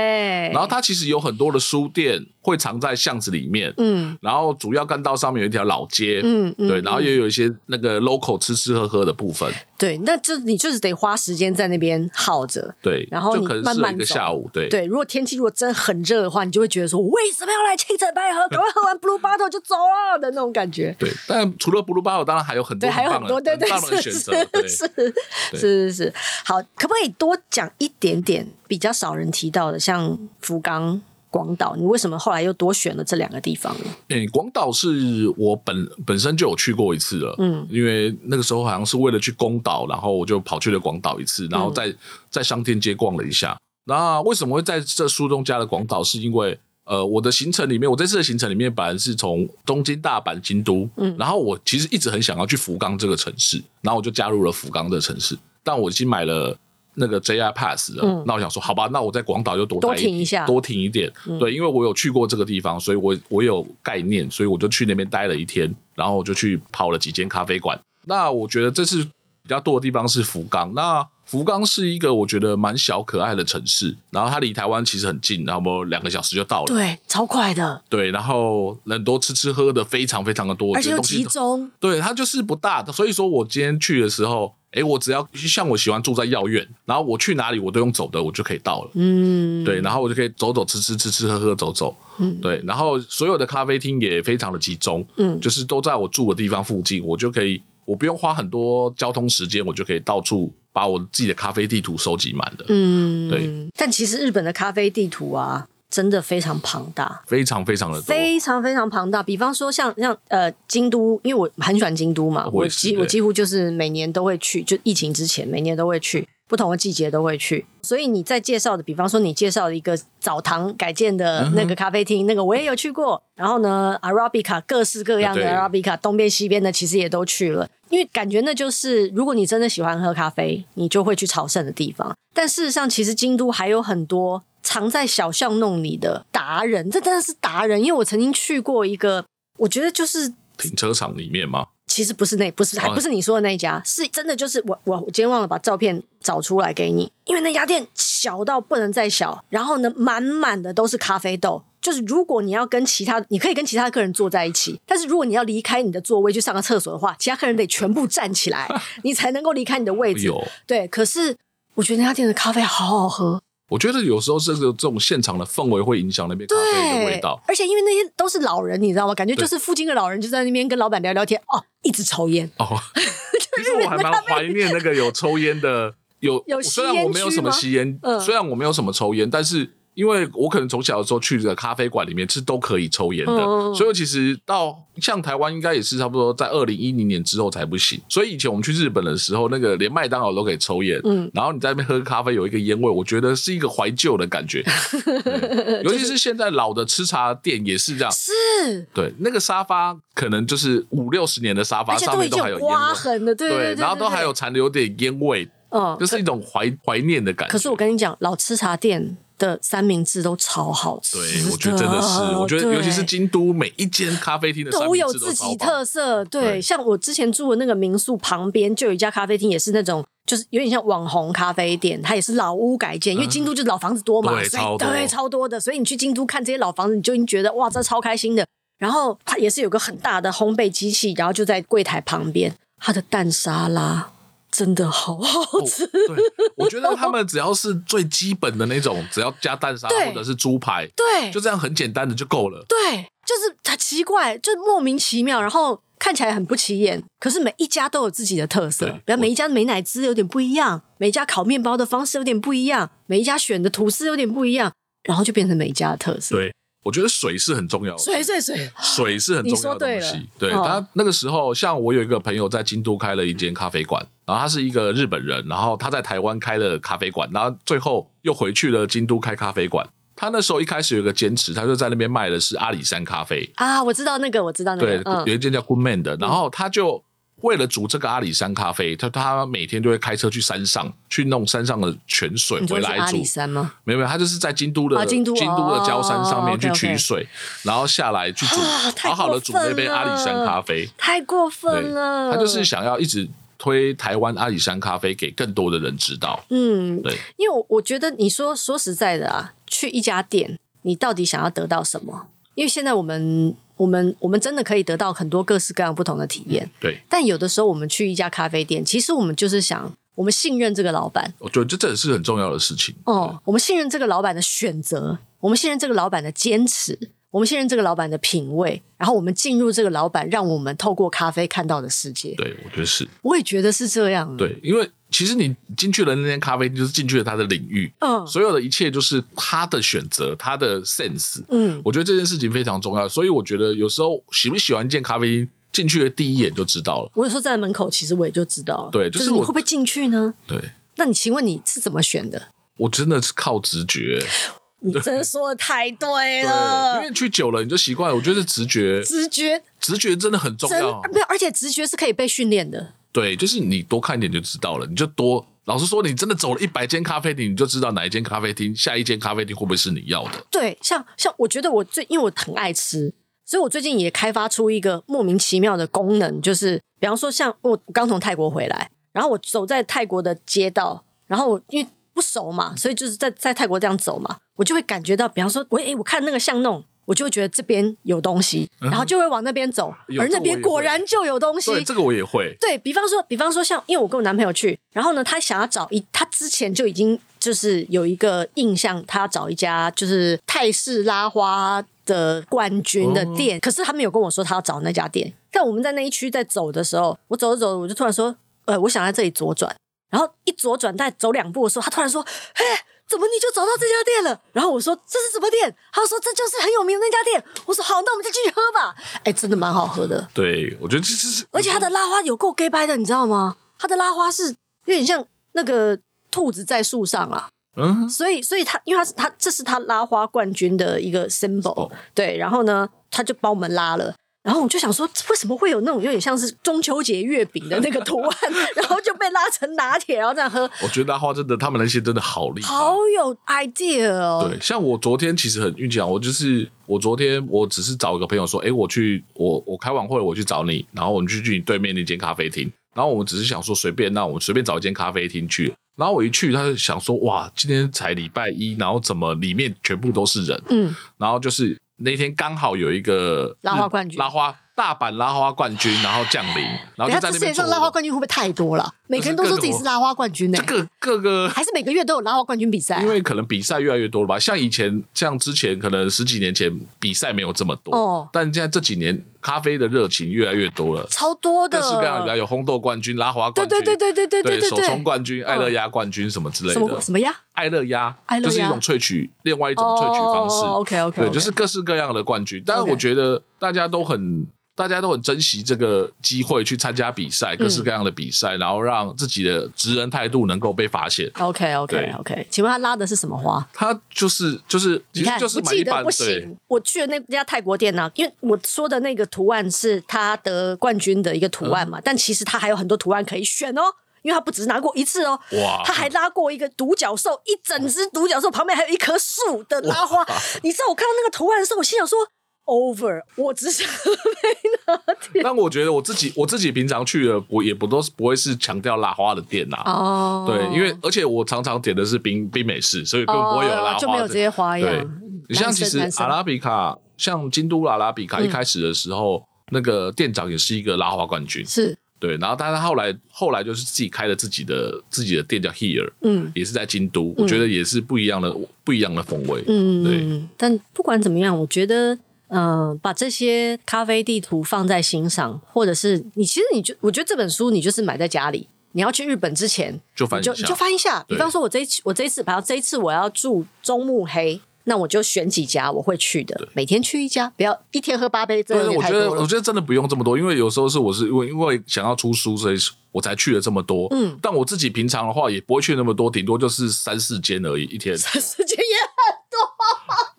Speaker 2: 然后它其实有很多的书店会藏在巷子里面，
Speaker 1: 嗯
Speaker 2: 然后主要干道上面有一条老街，
Speaker 1: 嗯嗯，
Speaker 2: 对，然后也有一些那个 local 吃吃喝喝的部分，
Speaker 1: 对，那就你就是得花时间在那边耗着。
Speaker 2: 对，
Speaker 1: 然后
Speaker 2: 就
Speaker 1: 你
Speaker 2: 可能
Speaker 1: 慢
Speaker 2: 是
Speaker 1: 慢
Speaker 2: 一个
Speaker 1: 走
Speaker 2: 下午，对，
Speaker 1: 对，如果天气如果真很热的话，你就会觉得说，我为什么要来青城白河？赶快喝完 Blue Bottle 就走了的那种感
Speaker 2: [LAUGHS]
Speaker 1: 觉。
Speaker 2: 对，但除了 Blue Bar，当然还有很多
Speaker 1: 对，还有
Speaker 2: 棒
Speaker 1: 很
Speaker 2: 的
Speaker 1: 多，对对
Speaker 2: 棒的
Speaker 1: 是
Speaker 2: 选
Speaker 1: 是
Speaker 2: 择，对
Speaker 1: 是
Speaker 2: 对
Speaker 1: 是是是。好，可不可以多讲一点点比较少人提到的，像福冈、广岛，你为什么后来又多选了这两个地方呢？
Speaker 2: 诶，广岛是我本本身就有去过一次了，
Speaker 1: 嗯，
Speaker 2: 因为那个时候好像是为了去宫岛，然后我就跑去了广岛一次，然后
Speaker 1: 嗯
Speaker 2: 在、在商店街逛了一下。那为什么会在这书中加了广岛？是因为呃，我的行程里面，我这次的行程里面本来是从东京、大阪、京都，嗯，然后我其实一直很想要去福冈这个城市，然后我就加入了福冈这个城市，但我已经买了。那个 JR Pass 了，
Speaker 1: 嗯
Speaker 2: 那我想说，好吧，那我在广岛就多
Speaker 1: 多
Speaker 2: 待
Speaker 1: 停一下嗯
Speaker 2: 多停一点。对，因为我有去过这个地方，所以我我有概念，所以我就去那边待了一天，然后我就去跑了几间咖啡馆。那我觉得这次比较多的地方是福冈。那福冈是一个我觉得蛮小可爱的城市，然后它离台湾其实很近，然后我们两个小时就到了。
Speaker 1: 对，超快的，
Speaker 2: 对，然后很多吃吃喝喝的非常非常的多，
Speaker 1: 而且
Speaker 2: 这些
Speaker 1: 又
Speaker 2: 东西
Speaker 1: 集
Speaker 2: 都
Speaker 1: 中，
Speaker 2: 对，它就是不大的，所以说我今天去的时候，诶，我只要像我喜欢住在药院，然后我去哪里我都用走的，我就可以到了。
Speaker 1: 嗯，
Speaker 2: 对，然后我就可以走走吃吃吃吃喝喝走走，
Speaker 1: 嗯
Speaker 2: 对，然后所有的咖啡厅也非常的集中，
Speaker 1: 嗯
Speaker 2: 就是都在我住的地方附近，我就可以，我不用花很多交通时间，我就可以到处把我自己的咖啡地图收集满了，
Speaker 1: 嗯，
Speaker 2: 对。
Speaker 1: 但其实日本的咖啡地图啊，真的非常庞大，
Speaker 2: 非常非常的多，
Speaker 1: 非常非常庞大。比方说像像呃京都，因为我很喜欢京都嘛，
Speaker 2: 我
Speaker 1: 我
Speaker 2: 也是
Speaker 1: 几我
Speaker 2: 对
Speaker 1: 几乎就是每年都会去，就疫情之前每年都会去，不同的季节都会去。所以你在介绍的，比方说你介绍了一个澡堂改建的那个咖啡厅，那个我也有去过。然后呢，Arabica 各式各样的
Speaker 2: 对
Speaker 1: Arabica，东边西边的其实也都去了。因为感觉那就是，如果你真的喜欢喝咖啡，你就会去朝圣的地方。但事实上，其实京都还有很多藏在小巷弄里的达人，这真的是达人。因为我曾经去过一个，我觉得就是
Speaker 2: 停车场里面嘛，
Speaker 1: 其实不是那，不是还
Speaker 2: 哦
Speaker 1: 不是你说的那一家，是真的就是我我我今天忘了把照片找出来给你，因为那家店小到不能再小，然后呢，满满的都是咖啡豆。就是如果你要跟其他，你可以跟其他客人坐在一起，但是如果你要离开你的座位去上个厕所的话，其他客人得全部站起
Speaker 2: [LAUGHS]
Speaker 1: 来，你才能够离开你的位置。
Speaker 2: 有，
Speaker 1: 对，可是我觉得那家店的咖啡好好喝，
Speaker 2: 我觉得有时候这个这种现场的氛围会影响那边咖啡的
Speaker 1: 对
Speaker 2: 味道，，
Speaker 1: 而且因为那些都是老人，你知道吗？感觉就
Speaker 2: 对
Speaker 1: 是附近的老人就在那边跟老板聊聊天，哦，一直抽烟， [LAUGHS]
Speaker 2: 哦，其实我还蛮怀念那个有抽烟的，有
Speaker 1: 有吸
Speaker 2: 虽
Speaker 1: 烟
Speaker 2: 然我没有什么
Speaker 1: 区吗
Speaker 2: 吸烟，
Speaker 1: 嗯
Speaker 2: 虽然我没有什么抽烟，但是因为我可能从小的时候去的咖啡馆里面是都可以抽烟的，
Speaker 1: 嗯嗯嗯
Speaker 2: 所以我其实到像台湾应该也是差不多在二零一零年之后才不行，所以以前我们去日本的时候，那个连麦当劳都可以抽烟，
Speaker 1: 嗯
Speaker 2: 然后你在那边喝咖啡有一个烟味，我觉得是一个怀旧的感
Speaker 1: [LAUGHS]
Speaker 2: 觉，对尤其是现在老的吃茶店也是这样。
Speaker 1: 是，
Speaker 2: 对，那个沙发可能就是五六十年的沙发，
Speaker 1: 而且
Speaker 2: 上
Speaker 1: 都
Speaker 2: 面
Speaker 1: 已经
Speaker 2: 还
Speaker 1: 有
Speaker 2: 烟味
Speaker 1: 刮。痕了，对对，
Speaker 2: 然后都还有，残留点烟
Speaker 1: 对
Speaker 2: 味，
Speaker 1: 对嗯
Speaker 2: 就，是一种怀怀念的感觉。
Speaker 1: 可是我跟你讲，老吃茶店。的三明治都超好吃。
Speaker 2: 对，我觉得真的是，我觉得
Speaker 1: 对
Speaker 2: 尤其是京都每一间咖啡厅的三
Speaker 1: 都
Speaker 2: 明
Speaker 1: 有
Speaker 2: 治都
Speaker 1: 自
Speaker 2: 超
Speaker 1: 己
Speaker 2: 棒。
Speaker 1: 特色。对，
Speaker 2: 对
Speaker 1: 像我之前住的那个民宿旁边就有一家咖啡厅，也是那种就是有点像网红咖啡店，它也是老屋改建，因为京都就是老房子多嘛，
Speaker 2: 嗯对
Speaker 1: 所
Speaker 2: 超
Speaker 1: 以
Speaker 2: 多
Speaker 1: 对超多的，所以你去京都看这些老房子，你就已经觉得哇，这超开心的。然后它也是有个很大的烘焙机器，然后就在柜台旁边，它的蛋沙拉真的好好 [LAUGHS] 吃。
Speaker 2: 对，我觉得他们只要是最基本的那种，只要加蛋沙
Speaker 1: 对
Speaker 2: 或者是猪排，
Speaker 1: 对，
Speaker 2: 就这样很简单的就够了。
Speaker 1: 对，就是它奇怪，就莫名其妙，然后看起来很不起眼，可是每一家都有自己的特色
Speaker 2: 对，
Speaker 1: 然后每一家的美乃滋有点不一样，每一家烤面包的方式有点不一样，每一家选的吐司有点不一样，然后就变成每一家的特色。
Speaker 2: 对，我觉得水是很重要的，
Speaker 1: 水水水，
Speaker 2: 水是很重要的东
Speaker 1: 你说对了
Speaker 2: 西。对
Speaker 1: 哦
Speaker 2: 他那个时候，像我有一个朋友在京都开了一间咖啡馆，然后他是一个日本人，然后他在台湾开了咖啡馆，然后最后又回去了京都开咖啡馆。他那时候一开始有一个坚持，他就在那边卖的是阿里山咖啡，
Speaker 1: 啊，我知道那个，我知道那
Speaker 2: 对
Speaker 1: 个，，嗯
Speaker 2: 有一间叫 Good Man 的，然后他就为了煮这个阿里山咖啡，他他每天就会开车去山上去弄山上的泉水
Speaker 1: 你
Speaker 2: 回
Speaker 1: 说是
Speaker 2: 来
Speaker 1: 阿
Speaker 2: 煮
Speaker 1: 里，山吗？
Speaker 2: 没有没有，他就是在京都的、
Speaker 1: 啊京都
Speaker 2: 的
Speaker 1: 哦
Speaker 2: 礁山上面去
Speaker 1: OK，OK
Speaker 2: 取水，然后下来去煮，
Speaker 1: 啊太
Speaker 2: 好好的
Speaker 1: 过
Speaker 2: 煮
Speaker 1: 分
Speaker 2: 那杯阿里山咖啡。
Speaker 1: 太过
Speaker 2: 对
Speaker 1: 分，了，
Speaker 2: 他就是想要一直推台湾阿里山咖啡给更多的人知道。
Speaker 1: 嗯，
Speaker 2: 对，
Speaker 1: 因为我我觉得你说说实在的啊，去一家店，你到底想要得到什么？因为现在我们我们我们真的可以得到很多各式各样不同的体验，
Speaker 2: 对，
Speaker 1: 但有的时候我们去一家咖啡店，其实我们就是想，我们信任这个老板
Speaker 2: 我觉得这真的是很重要的事情。
Speaker 1: 哦，我们信任这个老板的选择，我们信任这个老板的坚持，我们信任这个老板的品味，然后我们进入这个老板让我们透过咖啡看到的世界。
Speaker 2: 对，我觉得是
Speaker 1: 我也觉得是这样。，
Speaker 2: 对，因为其实你进去了那间咖啡厅，就是进去了他的领域，
Speaker 1: 嗯
Speaker 2: 所有的一切就是他的选择，他的 sense。
Speaker 1: 嗯，
Speaker 2: 我觉得这件事情非常重要，所以我觉得有时候喜不喜欢一间咖啡厅，进去的第一眼就知道了。
Speaker 1: 我有时候站在门口，其实我也就知道了，
Speaker 2: 对就
Speaker 1: 就是是你
Speaker 2: 我
Speaker 1: 会不会进去呢？
Speaker 2: 对
Speaker 1: 那你请问你是怎么选的？
Speaker 2: 我真的是靠直觉，
Speaker 1: 你真的说的太对
Speaker 2: 对，因
Speaker 1: 了，
Speaker 2: 为去久了你就习惯了。我觉得直觉，
Speaker 1: 直觉
Speaker 2: 直觉真的很重
Speaker 1: 真
Speaker 2: 要。
Speaker 1: 没有，而且直觉是可以被训练的。
Speaker 2: 对，就是你多看一点就知道了，你就多。老实说，你真的走了一百间咖啡厅，你就知道哪一间咖啡厅，下一间咖啡厅会不会是你要的。
Speaker 1: 对，像像我觉得我最因为我很爱吃，所以我最近也开发出一个莫名其妙的功能，就是比方说像我刚从泰国回来，然后我走在泰国的街道，然后我因为不熟嘛，所以就是在在泰国这样走嘛，我就会感觉到，比方说我诶，我看那个巷弄。我就会觉得这边有东西，然后就会往那边走，
Speaker 2: 嗯有
Speaker 1: 而
Speaker 2: 这
Speaker 1: 那
Speaker 2: 我
Speaker 1: 边
Speaker 2: 也
Speaker 1: 果
Speaker 2: 会
Speaker 1: 然就有东西。
Speaker 2: 对，这个我也会。
Speaker 1: 对比方说，比方说像，因为我跟我男朋友去，然后呢，他想要找一，他之前就已经就是有一个印象，他要找一家就是泰式拉花的冠军的店，可是他没有跟我说他要找那家店。但我们在那一区在走的时候，我走着走着，我就突然说，呃，我想在这里左转，然后一左转，再走两步的时候，他突然说，嘿。怎么你就找到这家店了？然后我说这是什么店？他说这就是很有名的那家店。我说好，那我们再去喝吧。哎，真的蛮好喝的。
Speaker 2: 对，我觉得这是，
Speaker 1: 而且它的拉花有够 gay 掰的，你知道吗？它的拉花是有点像那个兔子在树上啊，
Speaker 2: 嗯，
Speaker 1: 所以所以它因为它是它这是它拉花冠军的一个 symbol，、
Speaker 2: 哦
Speaker 1: 对，然后呢，他就帮我们拉了。然后我就想说，为什么会有那种有点像是中秋节月饼的那个图
Speaker 2: [LAUGHS]
Speaker 1: 案，然后就被拉成拿铁，然后这样喝，
Speaker 2: 我觉得拉花真的，他们那些真的好厉害。
Speaker 1: 好有 idea 哦！
Speaker 2: 对，像我昨天其实很运气好，我就是我昨天我只是找一个朋友说，诶，我去我我开完会了我去找你，然后我们去去你对面那间咖啡厅，然后我们只是想说随便，那我们随便找一间咖啡厅去，然后我一去，他就想说，哇，今天才礼拜一，然后怎么里面全部都是人，
Speaker 1: 嗯，
Speaker 2: 然后就是那天刚好有一个
Speaker 1: 拉花冠军
Speaker 2: 拉花大阪拉花冠军，然后降临，然后
Speaker 1: 等
Speaker 2: 就
Speaker 1: 下这
Speaker 2: 在那
Speaker 1: 世
Speaker 2: 边
Speaker 1: 界
Speaker 2: 做
Speaker 1: 上
Speaker 2: 我
Speaker 1: 拉花
Speaker 2: 的。
Speaker 1: 冠军会不会太多了？每个人都说自己是拉花冠军呢、
Speaker 2: 就各各个
Speaker 1: 还是每个月都有拉花冠军比赛啊、
Speaker 2: 因为可能比赛越来越多了吧，像以前，像之前可能十几年前比赛没有这么多，
Speaker 1: 哦
Speaker 2: 但现在这几年咖啡的热情越来越多了，
Speaker 1: 超多的，
Speaker 2: 各式各样的，有烘豆冠军、拉花
Speaker 1: 对
Speaker 2: 冠军，
Speaker 1: 对对对对对对对
Speaker 2: 手
Speaker 1: 对，
Speaker 2: 冲冠军、爱乐压冠军什么之类
Speaker 1: 什么
Speaker 2: 的
Speaker 1: 什。么呀？
Speaker 2: 爱乐压
Speaker 1: 爱乐压
Speaker 2: 就是一种萃取，另外一种萃取方式。
Speaker 3: 哦
Speaker 1: OK OK，
Speaker 2: 对，就是各式各样的冠军。但
Speaker 1: 哦
Speaker 2: 是
Speaker 1: OK
Speaker 2: 我觉得大家都很，大家都很珍惜这个机会去参加比赛，各式各样的比赛，然后让自己的职人态度能够被发现。
Speaker 1: OK
Speaker 2: 对
Speaker 1: OK OK。请问他拉的是什么花？
Speaker 2: 他就是就是，
Speaker 1: 你
Speaker 2: 其实
Speaker 1: 看，
Speaker 2: 就是
Speaker 1: 我
Speaker 2: 买
Speaker 1: 记
Speaker 2: 一
Speaker 1: 得
Speaker 2: 般
Speaker 1: 不
Speaker 2: 对
Speaker 1: 行。我去的那家泰国店呢、因为我说的
Speaker 2: 嗯
Speaker 1: 那个图案是他得冠军的一个图案嘛，但其实他还有很多图案可以选哦。
Speaker 3: 因为他不只是拿过一次哦，
Speaker 2: 哇
Speaker 3: 他还拉过一个独角兽，一整只独角兽旁边还有一棵树的拉花。你知道我看到那个图案的时候，我心想说，over，我只想
Speaker 2: [LAUGHS] 但我觉得我自己我自己平常去的，我也不都是不会是强调拉花的店呐、
Speaker 1: 哦，
Speaker 2: 对，因为而且我常常点的是冰冰美式，所以根本不会有拉花
Speaker 1: 哦
Speaker 2: 的、
Speaker 1: 就没有这些花
Speaker 2: 对
Speaker 1: 样。嗯，
Speaker 2: 你像
Speaker 1: 男
Speaker 2: 其
Speaker 1: 生
Speaker 2: 实
Speaker 1: 男生嗯
Speaker 2: 阿拉比卡，像京都阿拉比卡一开始的时候，那个店长也是一个拉花冠军，
Speaker 1: 是
Speaker 2: 对。然后，但是后来后来就是自己开了自己的自己的店叫 Here，
Speaker 1: 嗯
Speaker 2: 也是在京都，我觉得也是不一样的不一样的风味。
Speaker 1: 嗯
Speaker 2: 对
Speaker 1: 嗯，但不管怎么样，我觉得。嗯，把这些咖啡地图放在欣赏，或者是你其实你就我觉得这本书你就是买在家里，你要去日本之前
Speaker 2: 就翻
Speaker 1: 你
Speaker 2: 一
Speaker 1: 就
Speaker 2: 下
Speaker 1: 你就翻一下。
Speaker 2: 对
Speaker 1: 比方说，我这一次我这一次，比方这一次我要住中目黑，那我就选几家我会去的，每天去一家，不要一天喝八杯，这
Speaker 2: 对，
Speaker 1: 有点
Speaker 2: 我
Speaker 1: 太
Speaker 2: 觉得
Speaker 1: 多
Speaker 2: 我
Speaker 1: 了。
Speaker 2: 觉得真的不用这么多，因为有时候是我是因为因为想要出书，所以我才去了这么多。嗯，但我自己平常的话也不会去那么多，顶多就是三四间而已一
Speaker 1: [LAUGHS]
Speaker 2: 天。
Speaker 3: 时间也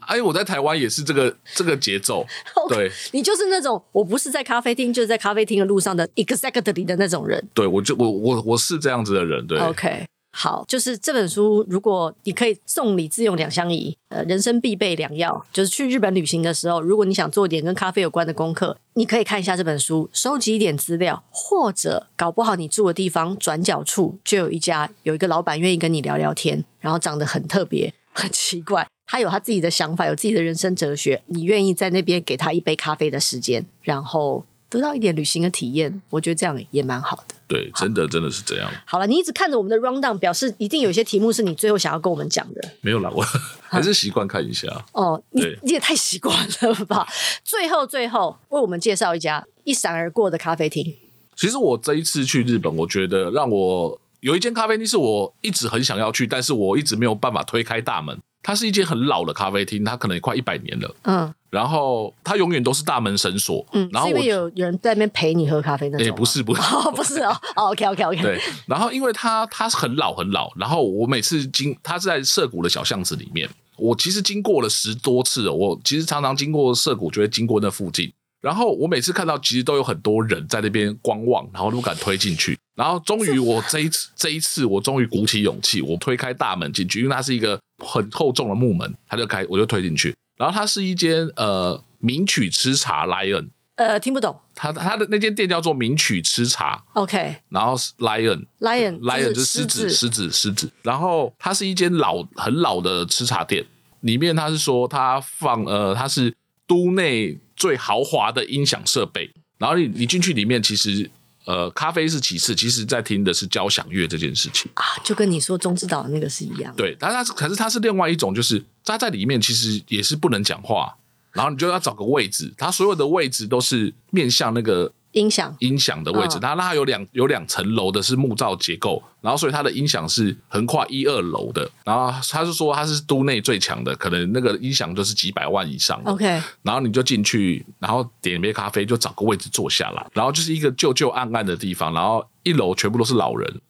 Speaker 2: 哎，我在台湾也是这个这个节奏，对
Speaker 1: 你就是那种我不是在咖啡厅，就是在咖啡厅的路上的 exactly 的那种人。
Speaker 2: 对，我就我我我是这样子的人，对。
Speaker 1: OK，好，就是这本书，如果你可以送礼自用两相宜，呃，人生必备良药，就是去日本旅行的时候，如果你想做点跟咖啡有关的功课，你可以看一下这本书，收集一点资料，或者搞不好你住的地方转角处就有一家有一个老板愿意跟你聊聊天，然后长得很特别，很奇怪。他有他自己的想法，有自己的人生哲学。你愿意在那边给他一杯咖啡的时间，然后得到一点旅行的体验，我觉得这样也蛮好的。
Speaker 2: 对，真的真的是这样，
Speaker 1: 好了，你一直看着我们的 round down，表示一定有一些题目是你最后想要跟我们讲的
Speaker 2: 没有啦，我
Speaker 1: [LAUGHS]
Speaker 2: 还是习惯看一下。
Speaker 1: 哦。你
Speaker 2: 对
Speaker 1: 你也太习惯了吧？ [LAUGHS] 最后最后为我们介绍一家一闪而过的咖啡厅，
Speaker 2: 其实我这一次去日本，我觉得让我有一间咖啡厅是我一直很想要去，但是我一直没有办法推开大门。它是一间很老的咖啡厅，它可能也快一百年了，
Speaker 1: 嗯
Speaker 2: 然后它永远都是大门神锁。
Speaker 1: 嗯，
Speaker 2: 然后
Speaker 1: 是因
Speaker 2: 我
Speaker 1: 为有有人在那边陪你喝咖啡那种
Speaker 2: 也、
Speaker 1: 吗，
Speaker 2: 不是不
Speaker 1: [LAUGHS]
Speaker 2: 是，
Speaker 1: 哦，不是哦，OK OK OK，
Speaker 2: 对，然后因为它它是很老很老，然后我每次经它是在涩谷的小巷子里面，我其实经过了十多次哦，我其实常常经过涩谷，就会经过那附近。然后我每次看到，其实都有很多人在那边观望，然后都不敢推进去。然后终于我这一次，这一次我终于鼓起勇气，我推开大门进去，因为它是一个很厚重的木门，它就开我就推进去。然后它是一间呃名曲吃茶 Lion，
Speaker 1: 呃，听不懂
Speaker 2: 它它的那间店叫做名曲吃茶，
Speaker 1: ，OK，Lion
Speaker 2: 然后是 Lion，Lion 就是
Speaker 1: 狮
Speaker 2: 狮子，狮子，狮子。然后它是一间老很老的吃茶店，里面它是说它放呃，它是都内最豪华的音响设备。然后你你进去里面，其实呃，咖啡是其次，其实在听的是交响乐这件事情。
Speaker 1: 啊，就跟你说中之岛的那个是一样，
Speaker 2: 对，但是它是可是它是另外一种，就是它在里面其实也是不能讲话，然后你就要找个位置，它所有的位置都是面向那个
Speaker 1: 音响
Speaker 2: 音响的位置，
Speaker 1: 嗯
Speaker 2: 它它有两有两层楼的是木造结构，然后所以它的音响是横跨一二楼的，然后他是说它是都内最强的，可能那个音响就是几百万以上的。
Speaker 1: ，OK，
Speaker 2: 然后你就进去，然后点一杯咖啡，就找个位置坐下来，然后就是一个旧旧暗暗的地方，然后一楼全部都是老人，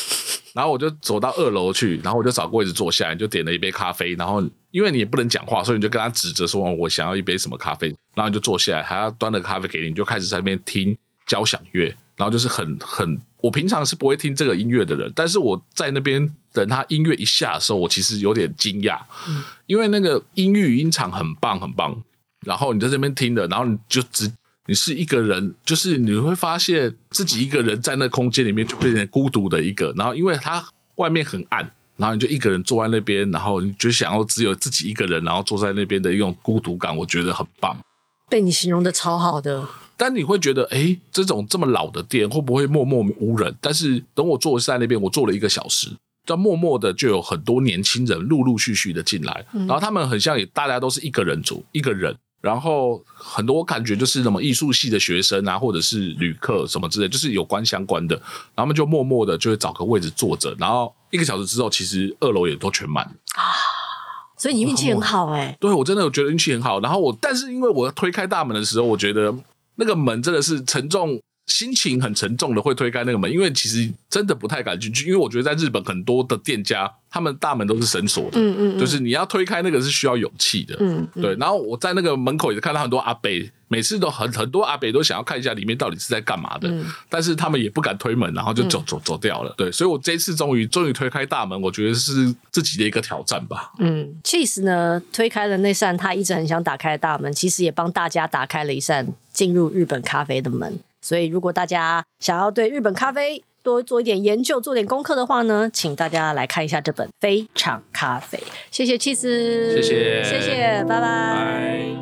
Speaker 2: [LAUGHS] 然后我就走到二楼去，然后我就找个位置坐下来，就点了一杯咖啡，然后因为你也不能讲话，所以你就跟他指着说，哦我想要一杯什么咖啡，然后你就坐下来，还要端了咖啡给你，你就开始在那边听交响乐，然后就是很很，我平常是不会听这个音乐的人，但是我在那边等他音乐一下的时候，我其实有点惊讶，因为那个音域音场很棒很棒，然后你在这边听的，然后你就只你是一个人，就是你会发现自己一个人在那空间里面就变成孤独的一个，然后因为它外面很暗，然后你就一个人坐在那边，然后你就想要只有自己一个人，然后坐在那边的一种孤独感，我觉得很棒。
Speaker 1: 被你形容的超好的，
Speaker 2: 但你会觉得，哎，这种这么老的店会不会默默无人？但是等我坐在那边，我坐了一个小时，但默默的就有很多年轻人陆陆续续的进来，然后他们很像也大家都是一个人组一个人，然后很多我感觉就是什么艺术系的学生啊，或者是旅客什么之类，就是有关相关的，然后他们就默默的就会找个位置坐着，然后一个小时之后，其实二楼也都全满了。
Speaker 1: 所以你运气很好哎、
Speaker 2: 对我真的觉得运气很好。然后我，但是因为我推开大门的时候，我觉得那个门真的是沉重，心情很沉重的会推开那个门，因为其实真的不太敢进去，因为我觉得在日本很多的店家，他们大门都是绳锁的，
Speaker 1: 嗯嗯嗯
Speaker 2: 就是你要推开那个是需要勇气的，
Speaker 1: 嗯，
Speaker 2: 对。然后我在那个门口也看到很多阿贝。每次都很很多阿北都想要看一下里面到底是在干嘛的，
Speaker 1: 嗯
Speaker 2: 但是他们也不敢推门，然后就走、走走掉了。对，所以我这一次终于终于推开大门，我觉得是自己的一个挑战吧。
Speaker 1: 嗯，Cheese 呢推开了那扇他一直很想打开的大门，其实也帮大家打开了一扇进入日本咖啡的门。所以，如果大家想要对日本咖啡多做一点研究、做点功课的话呢，请大家来看一下这本《非常咖啡》。谢谢 Cheese，
Speaker 2: 谢谢
Speaker 1: 谢谢，拜拜
Speaker 2: 拜。